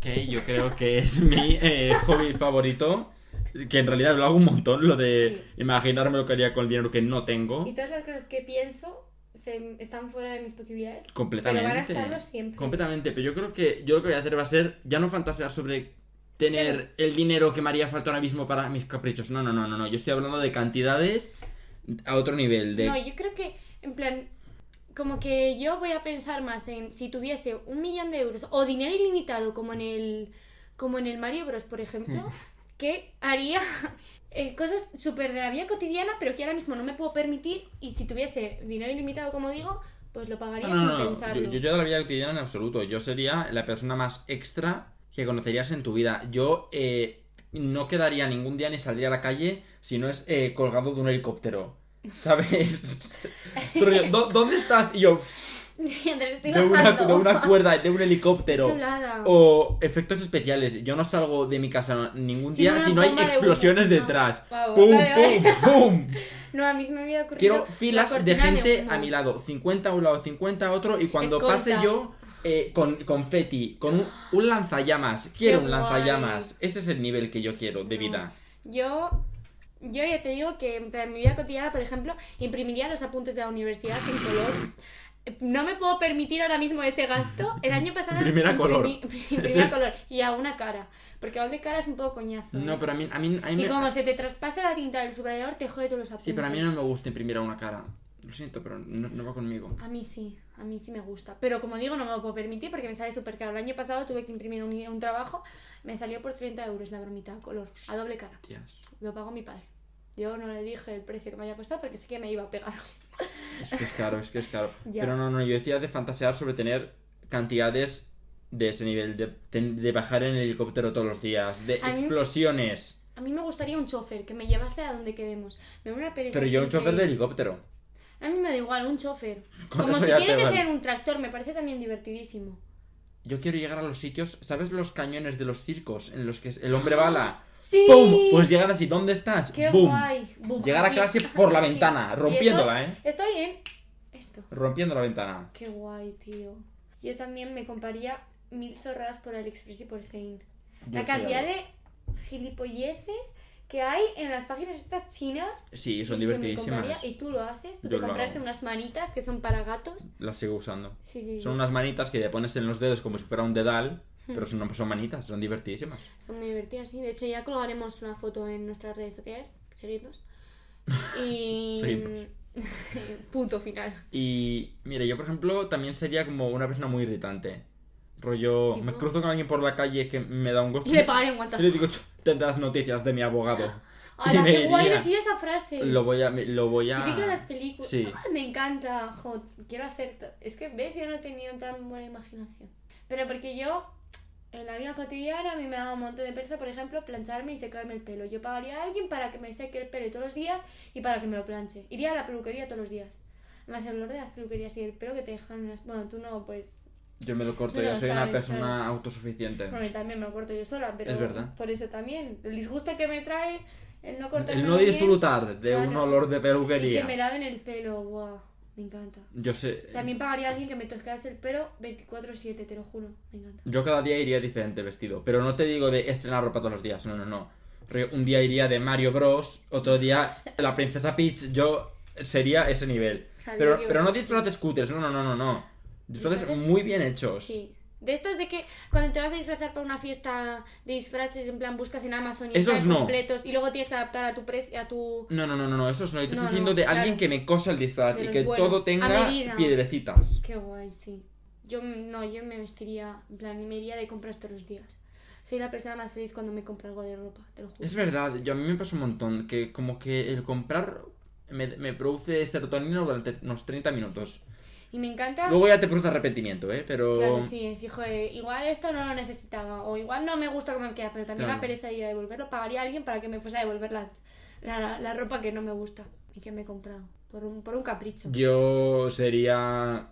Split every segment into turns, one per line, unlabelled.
que yo creo que es mi eh, hobby favorito. Que en realidad lo hago un montón, lo de imaginarme lo que haría con el dinero que no tengo.
Y todas las cosas que pienso se- están fuera de mis posibilidades.
Completamente.
Pero van a estarlo siempre.
Completamente, pero yo creo que yo lo que voy a hacer va a ser ya no fantasear sobre tener el dinero que me haría falta ahora mismo para mis caprichos. No, no, no, no, no. Yo estoy hablando de cantidades a otro nivel. De...
No, yo creo que, en plan, como que yo voy a pensar más en si tuviese un millón de euros o dinero ilimitado, como en el, como en el Mario Bros, por
Mm.
ejemplo, que haría eh, cosas súper de la vida cotidiana, pero que ahora mismo no me puedo permitir. Y si tuviese dinero ilimitado, como digo, pues lo pagaría
No, no,
sin
no, no.
pensarlo.
Yo, yo- yo de la vida cotidiana en absoluto. Yo sería la persona más extra que conocerías en tu vida. Yo eh, no quedaría ningún día ni saldría a la calle si no es eh, colgado de un helicóptero. ¿Sabes? Rollo, "¿Dó- ¿Dónde estás? Y yo,
Andrés, estoy
de una,
bajando.
de una cuerda, de un helicóptero.
Chulada.
O efectos especiales. Yo no salgo de mi casa ningún
Sin
día
una
si no hay
bomba de humo.
explosiones
No,
detrás.
pavo,
¡Pum,
vale, vale.
pum, pum!
No, a mí se me había ocurrido.
Quiero
la
filas de
cortina
gente
humo.
a mi lado. 50 a un lado, 50 a otro. Y cuando pase
Escoltas.
yo, eh, con confeti, con un, un lanzallamas. Quiero un
guay.
lanzallamas. Ese es el nivel que yo quiero de vida.
Yo, yo ya te digo que en plan, mi vida cotidiana, por ejemplo, imprimiría los apuntes de la universidad en color. No me puedo permitir ahora mismo ese gasto. El año pasado
Imprimir a color. Ese
imprimir
es-
a color y a una cara, porque a una cara es un poco coñazo. ¿eh?
No, pero a mí, a mí, a mí
y
me-
como se te traspasa la tinta del subrayador, te jode todos los apuntes.
Sí, pero a mí no me gusta imprimir a una cara. Lo siento, pero no, no va conmigo.
A mí sí, a mí sí me gusta. Pero como digo, no me lo puedo permitir porque me sale súper caro. El año pasado tuve que imprimir un, un trabajo, me salió por 30 euros la bromita a color, a doble cara.
Hostias.
Lo pagó mi padre. Yo no le dije el precio que me había costado porque sé que me iba a pegar.
Es que es caro, es que es caro.
Ya.
Pero no, no, yo decía de fantasear sobre tener cantidades de ese nivel, de, ten- de bajar en el helicóptero todos los días, de
A mí-
explosiones.
A mí me gustaría un chofer que me llevase a donde quedemos. Me da una pereza
Pero yo un
siempre
chofer de
ir.
helicóptero.
A mí me da igual un chofer.
Con
Como
eso
si
ya
tiene
te
que
vale.
ser un tractor, me parece también divertidísimo.
Yo quiero llegar a los sitios, ¿sabes los cañones de los circos en los que el hombre bala?
¡Sí!
¡Pum! Pues llegar así, ¿dónde estás?
¡Qué
¡Bum!
guay! Bum.
Llegar a
Y-
clase por la
y-
ventana,
y estoy-
rompiéndola, ¿eh?
Estoy en esto.
Rompiendo la ventana.
¡Qué guay, tío! Yo también me compraría mil zorradas por AliExpress y por Shein.
Yo
La
sí
cantidad
hago.
de gilipolleces que hay en las páginas estas chinas
Sí, son
que me
divertidísimas.
compraría, y tú lo haces, tú
Yo
te
lo
compraste
hago.
unas manitas que son para gatos.
Las sigo usando.
Sí, sí, sí.
Son unas manitas que te pones en los dedos como si fuera un dedal,
Hmm.
pero son, son manitas, son divertidísimas.
Son muy divertidas, sí. De hecho, ya colgaremos una foto en nuestras redes sociales. Seguidnos. Y.
Seguidnos.
Punto final.
Y mire, yo por ejemplo también sería como una persona muy irritante. Rollo, me
Tipo.
cruzo con alguien por la calle que me da un golpe.
Y le pagaré en guantas.
Y le digo, "Chu, tendrás noticias de mi abogado.
Ahora,
me
qué guay
iría.
decir esa frase.
Lo voy a. me- Lo voy a...
Típico de las películas.
Sí.
Ah, me encanta. jo, quiero hacer. to- Es que, ves, yo no he tenido tan buena imaginación. Pero porque yo, en la vida cotidiana, a mí me da un montón de pereza, por ejemplo, plancharme y secarme el pelo. Yo pagaría a alguien para que me seque el pelo todos los días y para que me lo planche. Iría a la peluquería todos los días. Más el olor de las peluquerías y el pelo que te dejan. en las- Bueno, tú no, pues.
Yo me lo corto,
Pero
yo soy una
sabes,
persona
sabes.
autosuficiente.
Bueno, y también me lo corto yo sola, pero.
Es verdad.
Por eso también. El disgusto que me trae el no cortarme.
El no
bien
disfrutar de
Claro.
un olor de
Y que
peluquería.
me laven el pelo, guau. Me encanta.
Yo sé.
También pagaría a alguien que me toscase el pelo 24-7, te lo juro. Me encanta.
Yo cada día iría diferente vestido, pero no te digo de estrenar ropa todos los días, no, no, no. Rollo, Un día iría de Mario Bros, otro día de la princesa Peach, yo sería ese nivel.
Sabía
Pero,
que ibas
pero
a
no
decir.
disfraces cutres, no, no, no, no, no. Disfraces
¿Disfraces?
muy bien hechos.
Sí. De estos de que cuando te vas a disfrazar para una fiesta de disfraces, en plan buscas en Amazon y
Esos
están
no.
completos y luego tienes que adaptar a tu precio, a tu...
No, no, no, no, no, esos no. Yo te
No,
estoy
no,
diciendo de
claro.
alguien que me cosa el disfraz y
De los
que
buenos.
todo
A
tenga
medida.
piedrecitas.
Qué guay, sí. Yo m- no, yo me vestiría, en plan, y me iría de compras todos los días. Soy la persona más feliz cuando me compro algo de ropa, te lo juro.
Es verdad, yo a mí me pasa un montón que como que el comprar me, me produce serotonina durante unos 30 minutos.
Y me encanta...
Luego ya te produce arrepentimiento, ¿eh? Pero...
Claro, sí, es, hijo de, igual esto no lo necesitaba, o igual no me gusta como me queda, pero también
Claro.
la pereza de ir a devolverlo, pagaría a alguien para que me fuese a devolver las, la, la- la ropa que no me gusta y que me he comprado, por un, por un capricho. Yo,
Yo sería...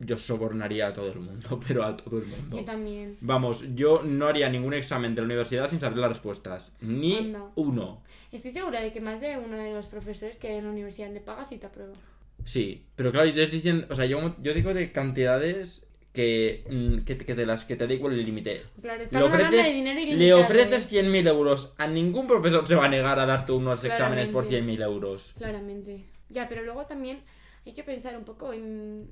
Yo sobornaría a todo el mundo, pero a todo el mundo.
también.
Vamos, yo no haría ningún examen de la universidad sin saber las respuestas. Ni
Anda.
uno.
Estoy segura de que más de uno de los profesores que hay en la universidad le pagas y te aprueba.
Sí, pero claro, yo te estoy diciendo... O sea, yo, yo digo de cantidades que, mm, que, que de las que te da igual el límite.
Claro,
Le
estamos hablando de
ofreces,
dinero ilimitado.
le
¿eh?
ofreces 100.000 euros. A ningún profesor se va a negar a darte unos exámenes por
Claramente.
100.000 euros.
Claramente. Ya, pero luego también hay que pensar un poco en...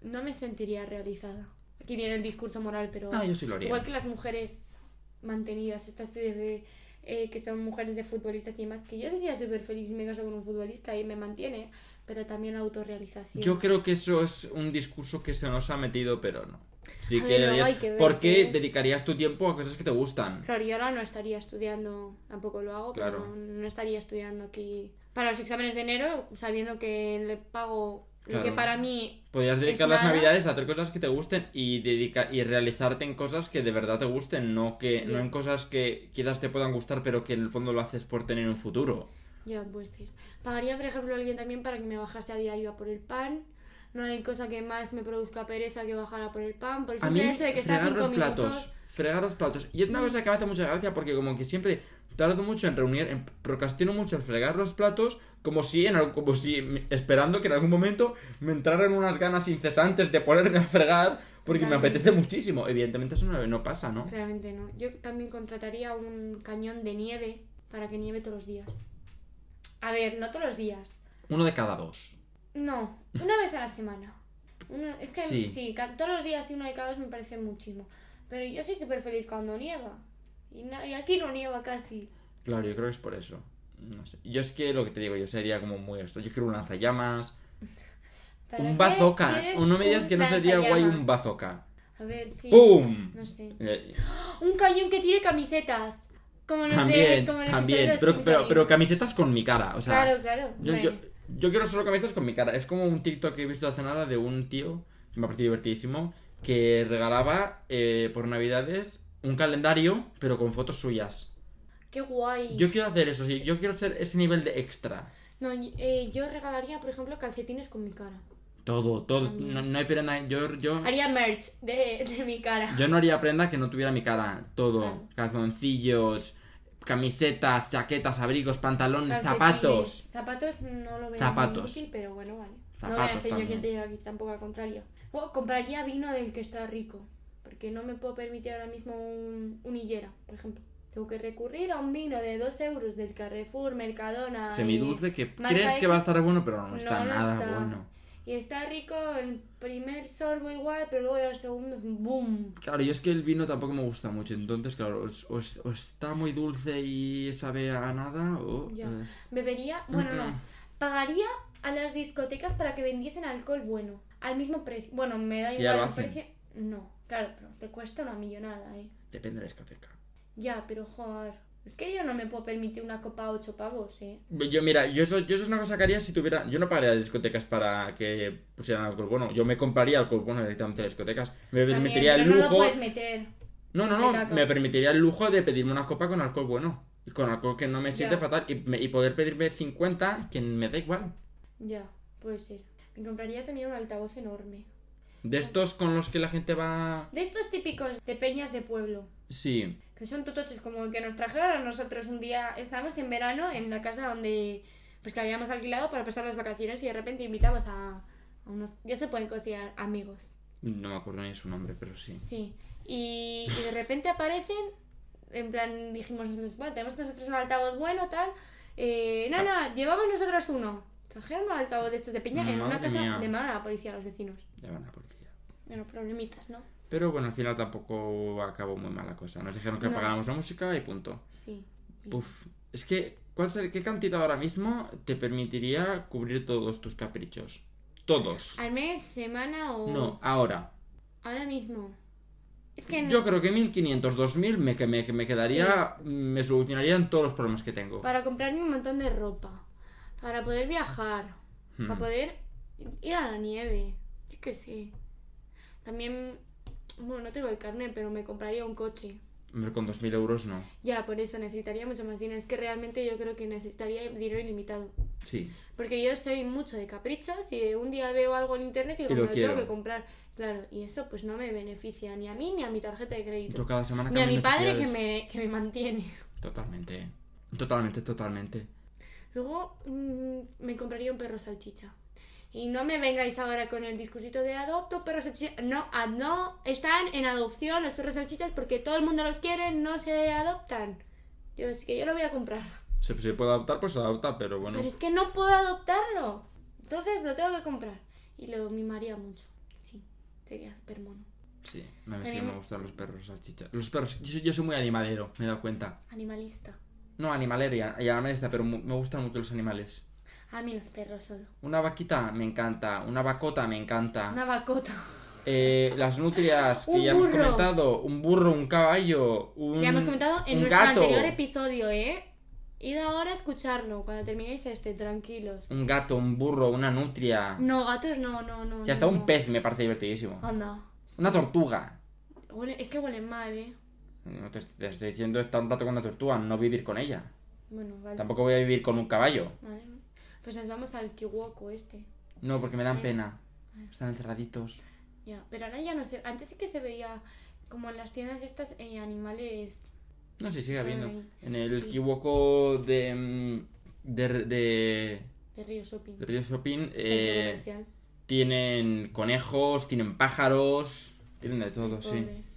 No me sentiría realizada. Aquí viene el discurso moral, pero...
No, yo sí lo haría.
Igual que las mujeres mantenidas, estas de, de, eh, que son mujeres de futbolistas y demás, que yo sería súper feliz si me caso con un futbolista y me mantiene, pero también la autorrealización.
Yo creo que eso es un discurso que se nos ha metido, pero no. Sí
A
que
ver, luego
deberías-
hay que ver,
¿Por qué
sí.
dedicarías tu tiempo a cosas que te gustan?
Claro, yo ahora no estaría estudiando, tampoco lo hago,
Claro.
pero no estaría estudiando aquí para los exámenes de enero, sabiendo que le pago
Claro.
lo que para mí
Podrías dedicar
Es
las
nada.
navidades a hacer cosas que te gusten y dedica- y realizarte en cosas que de verdad te gusten, no que no
Ya.
en cosas que quizás te puedan gustar, pero que en el fondo lo haces por tener un futuro.
Ya, pues sí. Pagaría, por ejemplo, a alguien también para que me bajase a diario a por el pan. No hay cosa que más me produzca pereza que bajar a por el pan. Por el
A mí
simple hecho de que estás
fregar
cinco
los
minutos.
platos, fregar los platos. Y es una
Mm.
cosa que me hace mucha gracia porque como que siempre tardo mucho en reunir, en- procrastino mucho en fregar los platos, como si en al- como si me- esperando que en algún momento me entraran unas ganas incesantes de ponerme a fregar porque me
Totalmente.
apetece muchísimo. Evidentemente eso no, no pasa, ¿no?
Claramente no. Yo también contrataría un cañón de nieve para que nieve todos los días. A ver, no todos los días.
Uno de cada dos.
No, una vez a la semana. Uno- es que
Sí.
sí, ca- todos los días y uno de cada dos me parece muchísimo. Pero yo soy súper feliz cuando nieva. Y, na- y aquí no nieva casi.
Claro, yo creo que es por eso. No sé. Yo es que lo que te digo, yo sería como muy esto. Yo quiero un lanzallamas,
¿Para
un
qué
bazooka.
quieres
O no me digas
un
que no sería guay un
lanzallamas?
bazooka.
A ver, sí.
¡Pum!
No sé.
Eh,
Un cañón que tire camisetas. Como los
También,
de. Como el
también.
episodio de
Pero,
los
pero,
Simpsons.
pero camisetas con mi cara. O sea,
claro, claro.
yo,
Bueno,
yo, yo quiero solo camisetas con mi cara. Es como un TikTok que he visto hace nada de un tío, que me ha parecido divertidísimo, que regalaba eh, por Navidades un calendario, pero con fotos suyas.
Qué guay.
Yo quiero hacer eso, sí. Yo quiero ser ese nivel de extra.
No, y- eh, yo regalaría, por ejemplo, calcetines con mi cara.
Todo, todo.
También.
No, no hay pena. Yo, yo,
Haría merch de, de mi cara.
Yo no haría prenda que no tuviera mi cara. Todo.
Claro.
Calzoncillos, camisetas, chaquetas, abrigos, pantalones,
Calcetines.
zapatos.
Zapatos no lo veo
Zapatos.
muy útil, pero bueno, vale. no voy a
Zapatos
ser yo
también.
quien te diga aquí, tampoco al contrario. O compraría vino del que está rico, porque no me puedo permitir ahora mismo un, un hillera, por ejemplo. Tengo que recurrir a un vino de 2 euros del Carrefour, Mercadona. y-
Semidulce que
Marca
crees que
X.
va a estar bueno, pero no,
No,
está
no
nada
está.
bueno.
Y está rico el primer sorbo igual, pero luego el segundo es un boom.
Claro, yo es que el vino tampoco me gusta mucho, entonces, claro, o, o- o está muy dulce y sabe a nada, o...
Ya.
eh,
Bebería, bueno,
Mm-mm.
no. Pagaría a las discotecas para que vendiesen alcohol bueno, al mismo precio. Bueno, me da
Sí, ya
igual
lo
el
hacen.
precio. No, claro, pero te cuesta una millonada, eh.
depende de la discoteca.
Ya, pero joder. Es que yo no me puedo permitir una copa a 8 pavos, eh.
Yo, mira, yo eso, yo eso es una cosa que haría si tuviera... Yo no pagaría las discotecas para que pusieran alcohol bueno, yo me compraría alcohol bueno directamente en las discotecas. Me
También,
permitiría
pero
el lujo...
No lo puedes meter.
No, no,
Me
no,
cago.
me permitiría el lujo de pedirme una copa con alcohol bueno. Y con alcohol que no me siente
Ya.
fatal. Y, me- y poder pedirme 50, que me da igual.
Ya, puede ser. Me compraría también un altavoz enorme.
De estos con los que la gente va.
De estos típicos de peñas de pueblo.
Sí,
que son tutoches como el que nos trajeron a nosotros un día, estábamos en verano en la casa donde pues que habíamos alquilado para pasar las vacaciones y de repente invitamos a, a unos, ya se pueden considerar amigos,
no me acuerdo ni su nombre, pero sí.
sí, y, y de repente aparecen, en plan dijimos nosotros, bueno, tenemos nosotros un altavoz bueno, tal, eh, no, no, llevamos nosotros uno, trajeron un altavoz de estos de piña en una
Madre
casa
mía.
de mala la policía, los vecinos,
Llaman a la policía.
bueno, problemitas, ¿no?
Pero bueno, al final tampoco acabó muy mala cosa. Nos dijeron que
No.
apagáramos la música y punto.
Sí. Y-
Puf. Es que, ¿cuál ser- ¿qué cantidad ahora mismo te permitiría cubrir todos tus caprichos? Todos.
¿Al mes, semana o...?
No, ahora.
Ahora mismo. Es que
Yo creo que 1500, 2000 me, que me, que me quedaría, me solucionarían todos los problemas que tengo.
para comprarme un montón de ropa, para poder viajar,
Hmm.
para poder ir a la nieve, yo qué sé. También, bueno, no tengo el carnet, pero me compraría un coche.
Hombre, con 2000 euros no.
Ya, por eso necesitaría mucho más dinero. Es que realmente yo creo que necesitaría dinero ilimitado.
Sí.
Porque yo soy mucho de caprichos y de un día veo algo en internet y,
lo
digo, me lo tengo
quiero.
que comprar. Claro, y eso pues no me beneficia ni a mí ni a mi tarjeta de crédito.
Yo cada semana
Ni a
cambio
mi padre que
necesidades.
me, que me mantiene.
Totalmente. Totalmente, totalmente.
Luego mm, me compraría un perro salchicha. Y no me vengáis ahora con el discursito de adopto perros salchichas. No, ad- no están en adopción los perros salchichas porque todo el mundo los quiere, no se adoptan. Yo, es que yo lo voy a comprar.
Se, se puede adoptar, pues se adopta, pero bueno.
Pero es que no puedo adoptarlo. Entonces lo tengo que comprar. Y lo mimaría mucho. Sí, sería súper mono.
Sí, a mí sí que
Tenemos-
me gustan los perros salchichas. Los perros, yo soy, yo soy muy animalero, me he dado cuenta.
Animalista.
No, animalero y, a- y animalista, pero mu- me gustan mucho los animales.
A mí Ah, los perros solo.
Una vaquita me encanta, una vacota me encanta.
Una vacota.
Eh, las nutrias que
Un
ya hemos
burro.
comentado, un burro, un caballo, un
ya hemos comentado en
un
nuestro
gato,
anterior episodio, ¿eh? Id ahora a escucharlo cuando terminéis este, tranquilos.
un gato, un burro, una nutria.
No, gatos no, no, no.
Si hasta
no,
un
no.
pez me parece divertidísimo.
Anda.
Una tortuga.
Huele- es que huelen mal, ¿eh?
No te, te estoy diciendo estar un rato con una tortuga, no vivir con ella.
Bueno, vale.
Tampoco voy a vivir con un caballo.
Vale. Pues nos vamos al kiwoko este.
No, porque me dan
Eh.
pena. Están encerraditos.
Ya. Pero ahora ya no sé. Antes sí que se veía como en las tiendas estas eh, animales.
No, sí, sigue
Están
habiendo.
ahí.
En el
Sí.
equivoco de, mm, de, de,
De Río Shopping.
de Río Shopping
Centro
eh,
comercial.
tienen conejos, tienen pájaros, tienen de todo, sí.
Pobres.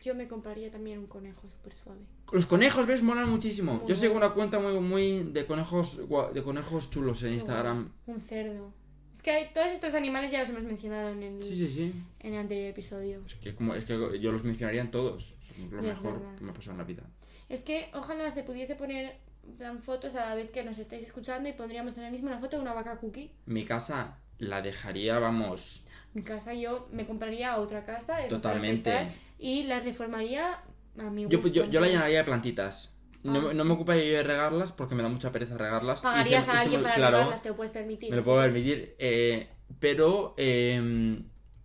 Yo me compraría también un conejo súper suave.
Los conejos, ¿ves? Molan muchísimo.
Muy
Yo sigo
bueno.
una cuenta muy, muy de conejos gua- de conejos chulos en Instagram.
Un cerdo. Es que hay- todos estos animales ya los hemos mencionado en el,
Sí, sí, sí.
en el anterior episodio.
Es que, como, es que yo los mencionaría en todos. Son lo
Ya es
mejor
verdad.
que me ha pasado en la vida.
Es que ojalá se pudiese poner en plan, fotos a la vez que nos estáis escuchando y pondríamos en el mismo una foto de una vaca cookie.
Mi casa la dejaría, vamos,
Mi casa yo me compraría otra casa. eso para
totalmente.
empezar, Y la reformaría a mi
Yo, pues,
gusto.
yo, yo la llenaría de plantitas. No,
Ah,
no me ocuparía yo de regarlas porque me da mucha pereza regarlas. Y se-
Pagarías
y se
a alguien
me-
para
claro,
regarlas, te lo puedes permitir.
me lo
sí.
puedo permitir. eh, pero eh,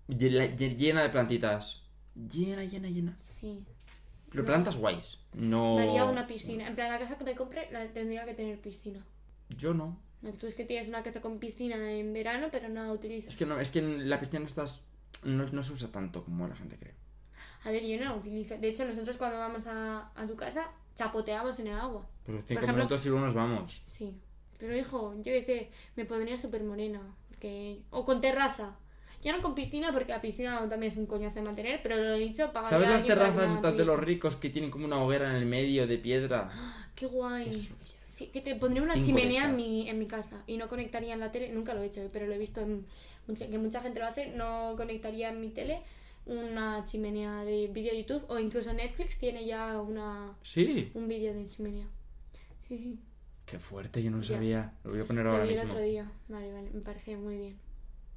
lle- lle- llena de plantitas. Llena, llena, llena.
Sí.
Pero plantas guays. No.
Me haría Mm. una piscina. En plan, la casa que me compre la tendría que tener piscina.
Yo no.
No, tú es que tienes una casa con piscina en verano, pero no la utilizas.
Es que no, es que en la piscina estas no, no se usa tanto como la gente cree.
A ver, yo no la utilizo. De hecho, nosotros cuando vamos a, a tu casa, chapoteamos en el agua.
Pero cinco
ejemplo-
minutos y luego nos vamos.
Sí. Pero hijo, yo qué sé, me pondría súper morena. Porque... O con terraza. Ya no con piscina, porque la piscina también es un coñazo de mantener, pero lo he dicho, pagaría
¿Sabes
a
las
alguien para que
terrazas
la
estas de los
mantuviese.
ricos que tienen como una hoguera en el medio de piedra?
¡Qué guay!
Eso,
Sí, que te pondría una
Cinco
chimenea en
de esas.
mi, en mi casa y no conectaría en la tele, nunca lo he hecho, eh, pero lo he visto en mucha- que mucha gente lo hace, no conectaría en mi tele una chimenea de vídeo YouTube o incluso Netflix tiene ya una,
Sí.
un vídeo de chimenea. Sí, sí,
Qué fuerte, yo no lo
Ya.
sabía. Lo voy a poner ahora
lo vi el
mismo.
otro día. Vale, vale, me parece muy bien.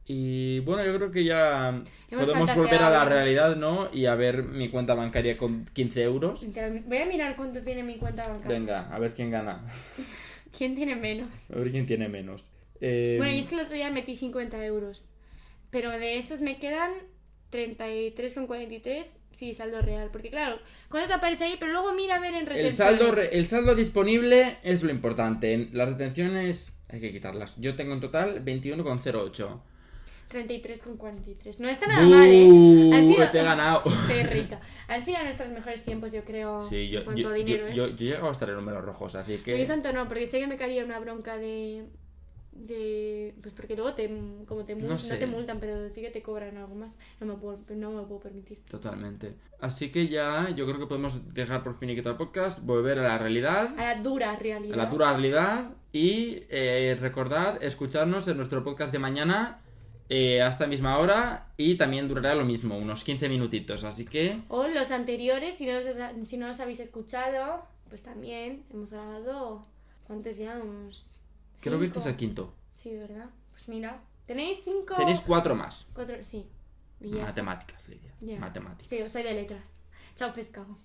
Y bueno, yo creo que ya podemos
fantaseado,
volver a la
¿no?
realidad, ¿no? Y a ver mi cuenta bancaria con 15 euros.
Literalmente- Voy a mirar cuánto tiene mi cuenta bancaria.
Venga, a ver quién gana.
¿Quién tiene menos?
A ver quién tiene menos. Eh,
Bueno, yo es que el otro día metí 50 euros, pero de esos me quedan 33,43 sí, saldo real. Porque claro, ¿cuánto te aparece ahí? Pero luego mira a ver en
el,
retenciones.
saldo, re- el saldo disponible es lo importante. Las retenciones hay que quitarlas. Yo tengo en total 21,08.
33,43. No está nada mal,
¡Bú!
¿eh? Han sido-
Te he ganado.
Soy rica. Han sido nuestros mejores tiempos, yo creo,
Sí, yo,
en cuanto
yo,
a Oh,
yo,
dinero, ¿eh?
yo- yo he llegado a estar en números rojos, así
No, yo
que...
tanto no, porque sé que me caería una bronca de... de pues porque luego te, como te, mul-
No
no,
sé.
te multan, pero sí que te cobran algo más. No me lo puedo, no me lo puedo permitir.
Totalmente. Así que ya yo creo que podemos dejar por fin el podcast, volver a la realidad.
A la dura realidad.
a la pura realidad y eh, recordad escucharnos en nuestro podcast de mañana eh, a esta misma hora y también durará lo mismo, unos 15 minutitos, así que
O los anteriores, si no los, si no los habéis escuchado, pues también hemos grabado. ¿Cuántos ya? Unos
creo que este
cinco.
es el quinto.
Sí, ¿verdad? Pues mira, tenéis cinco.
Tenéis Ah, cuatro más.
Cuatro, sí. Y ya está.
Matemáticas, Lidia.
Ya.
Matemáticas.
Sí, yo soy de letras. Chao, pescado.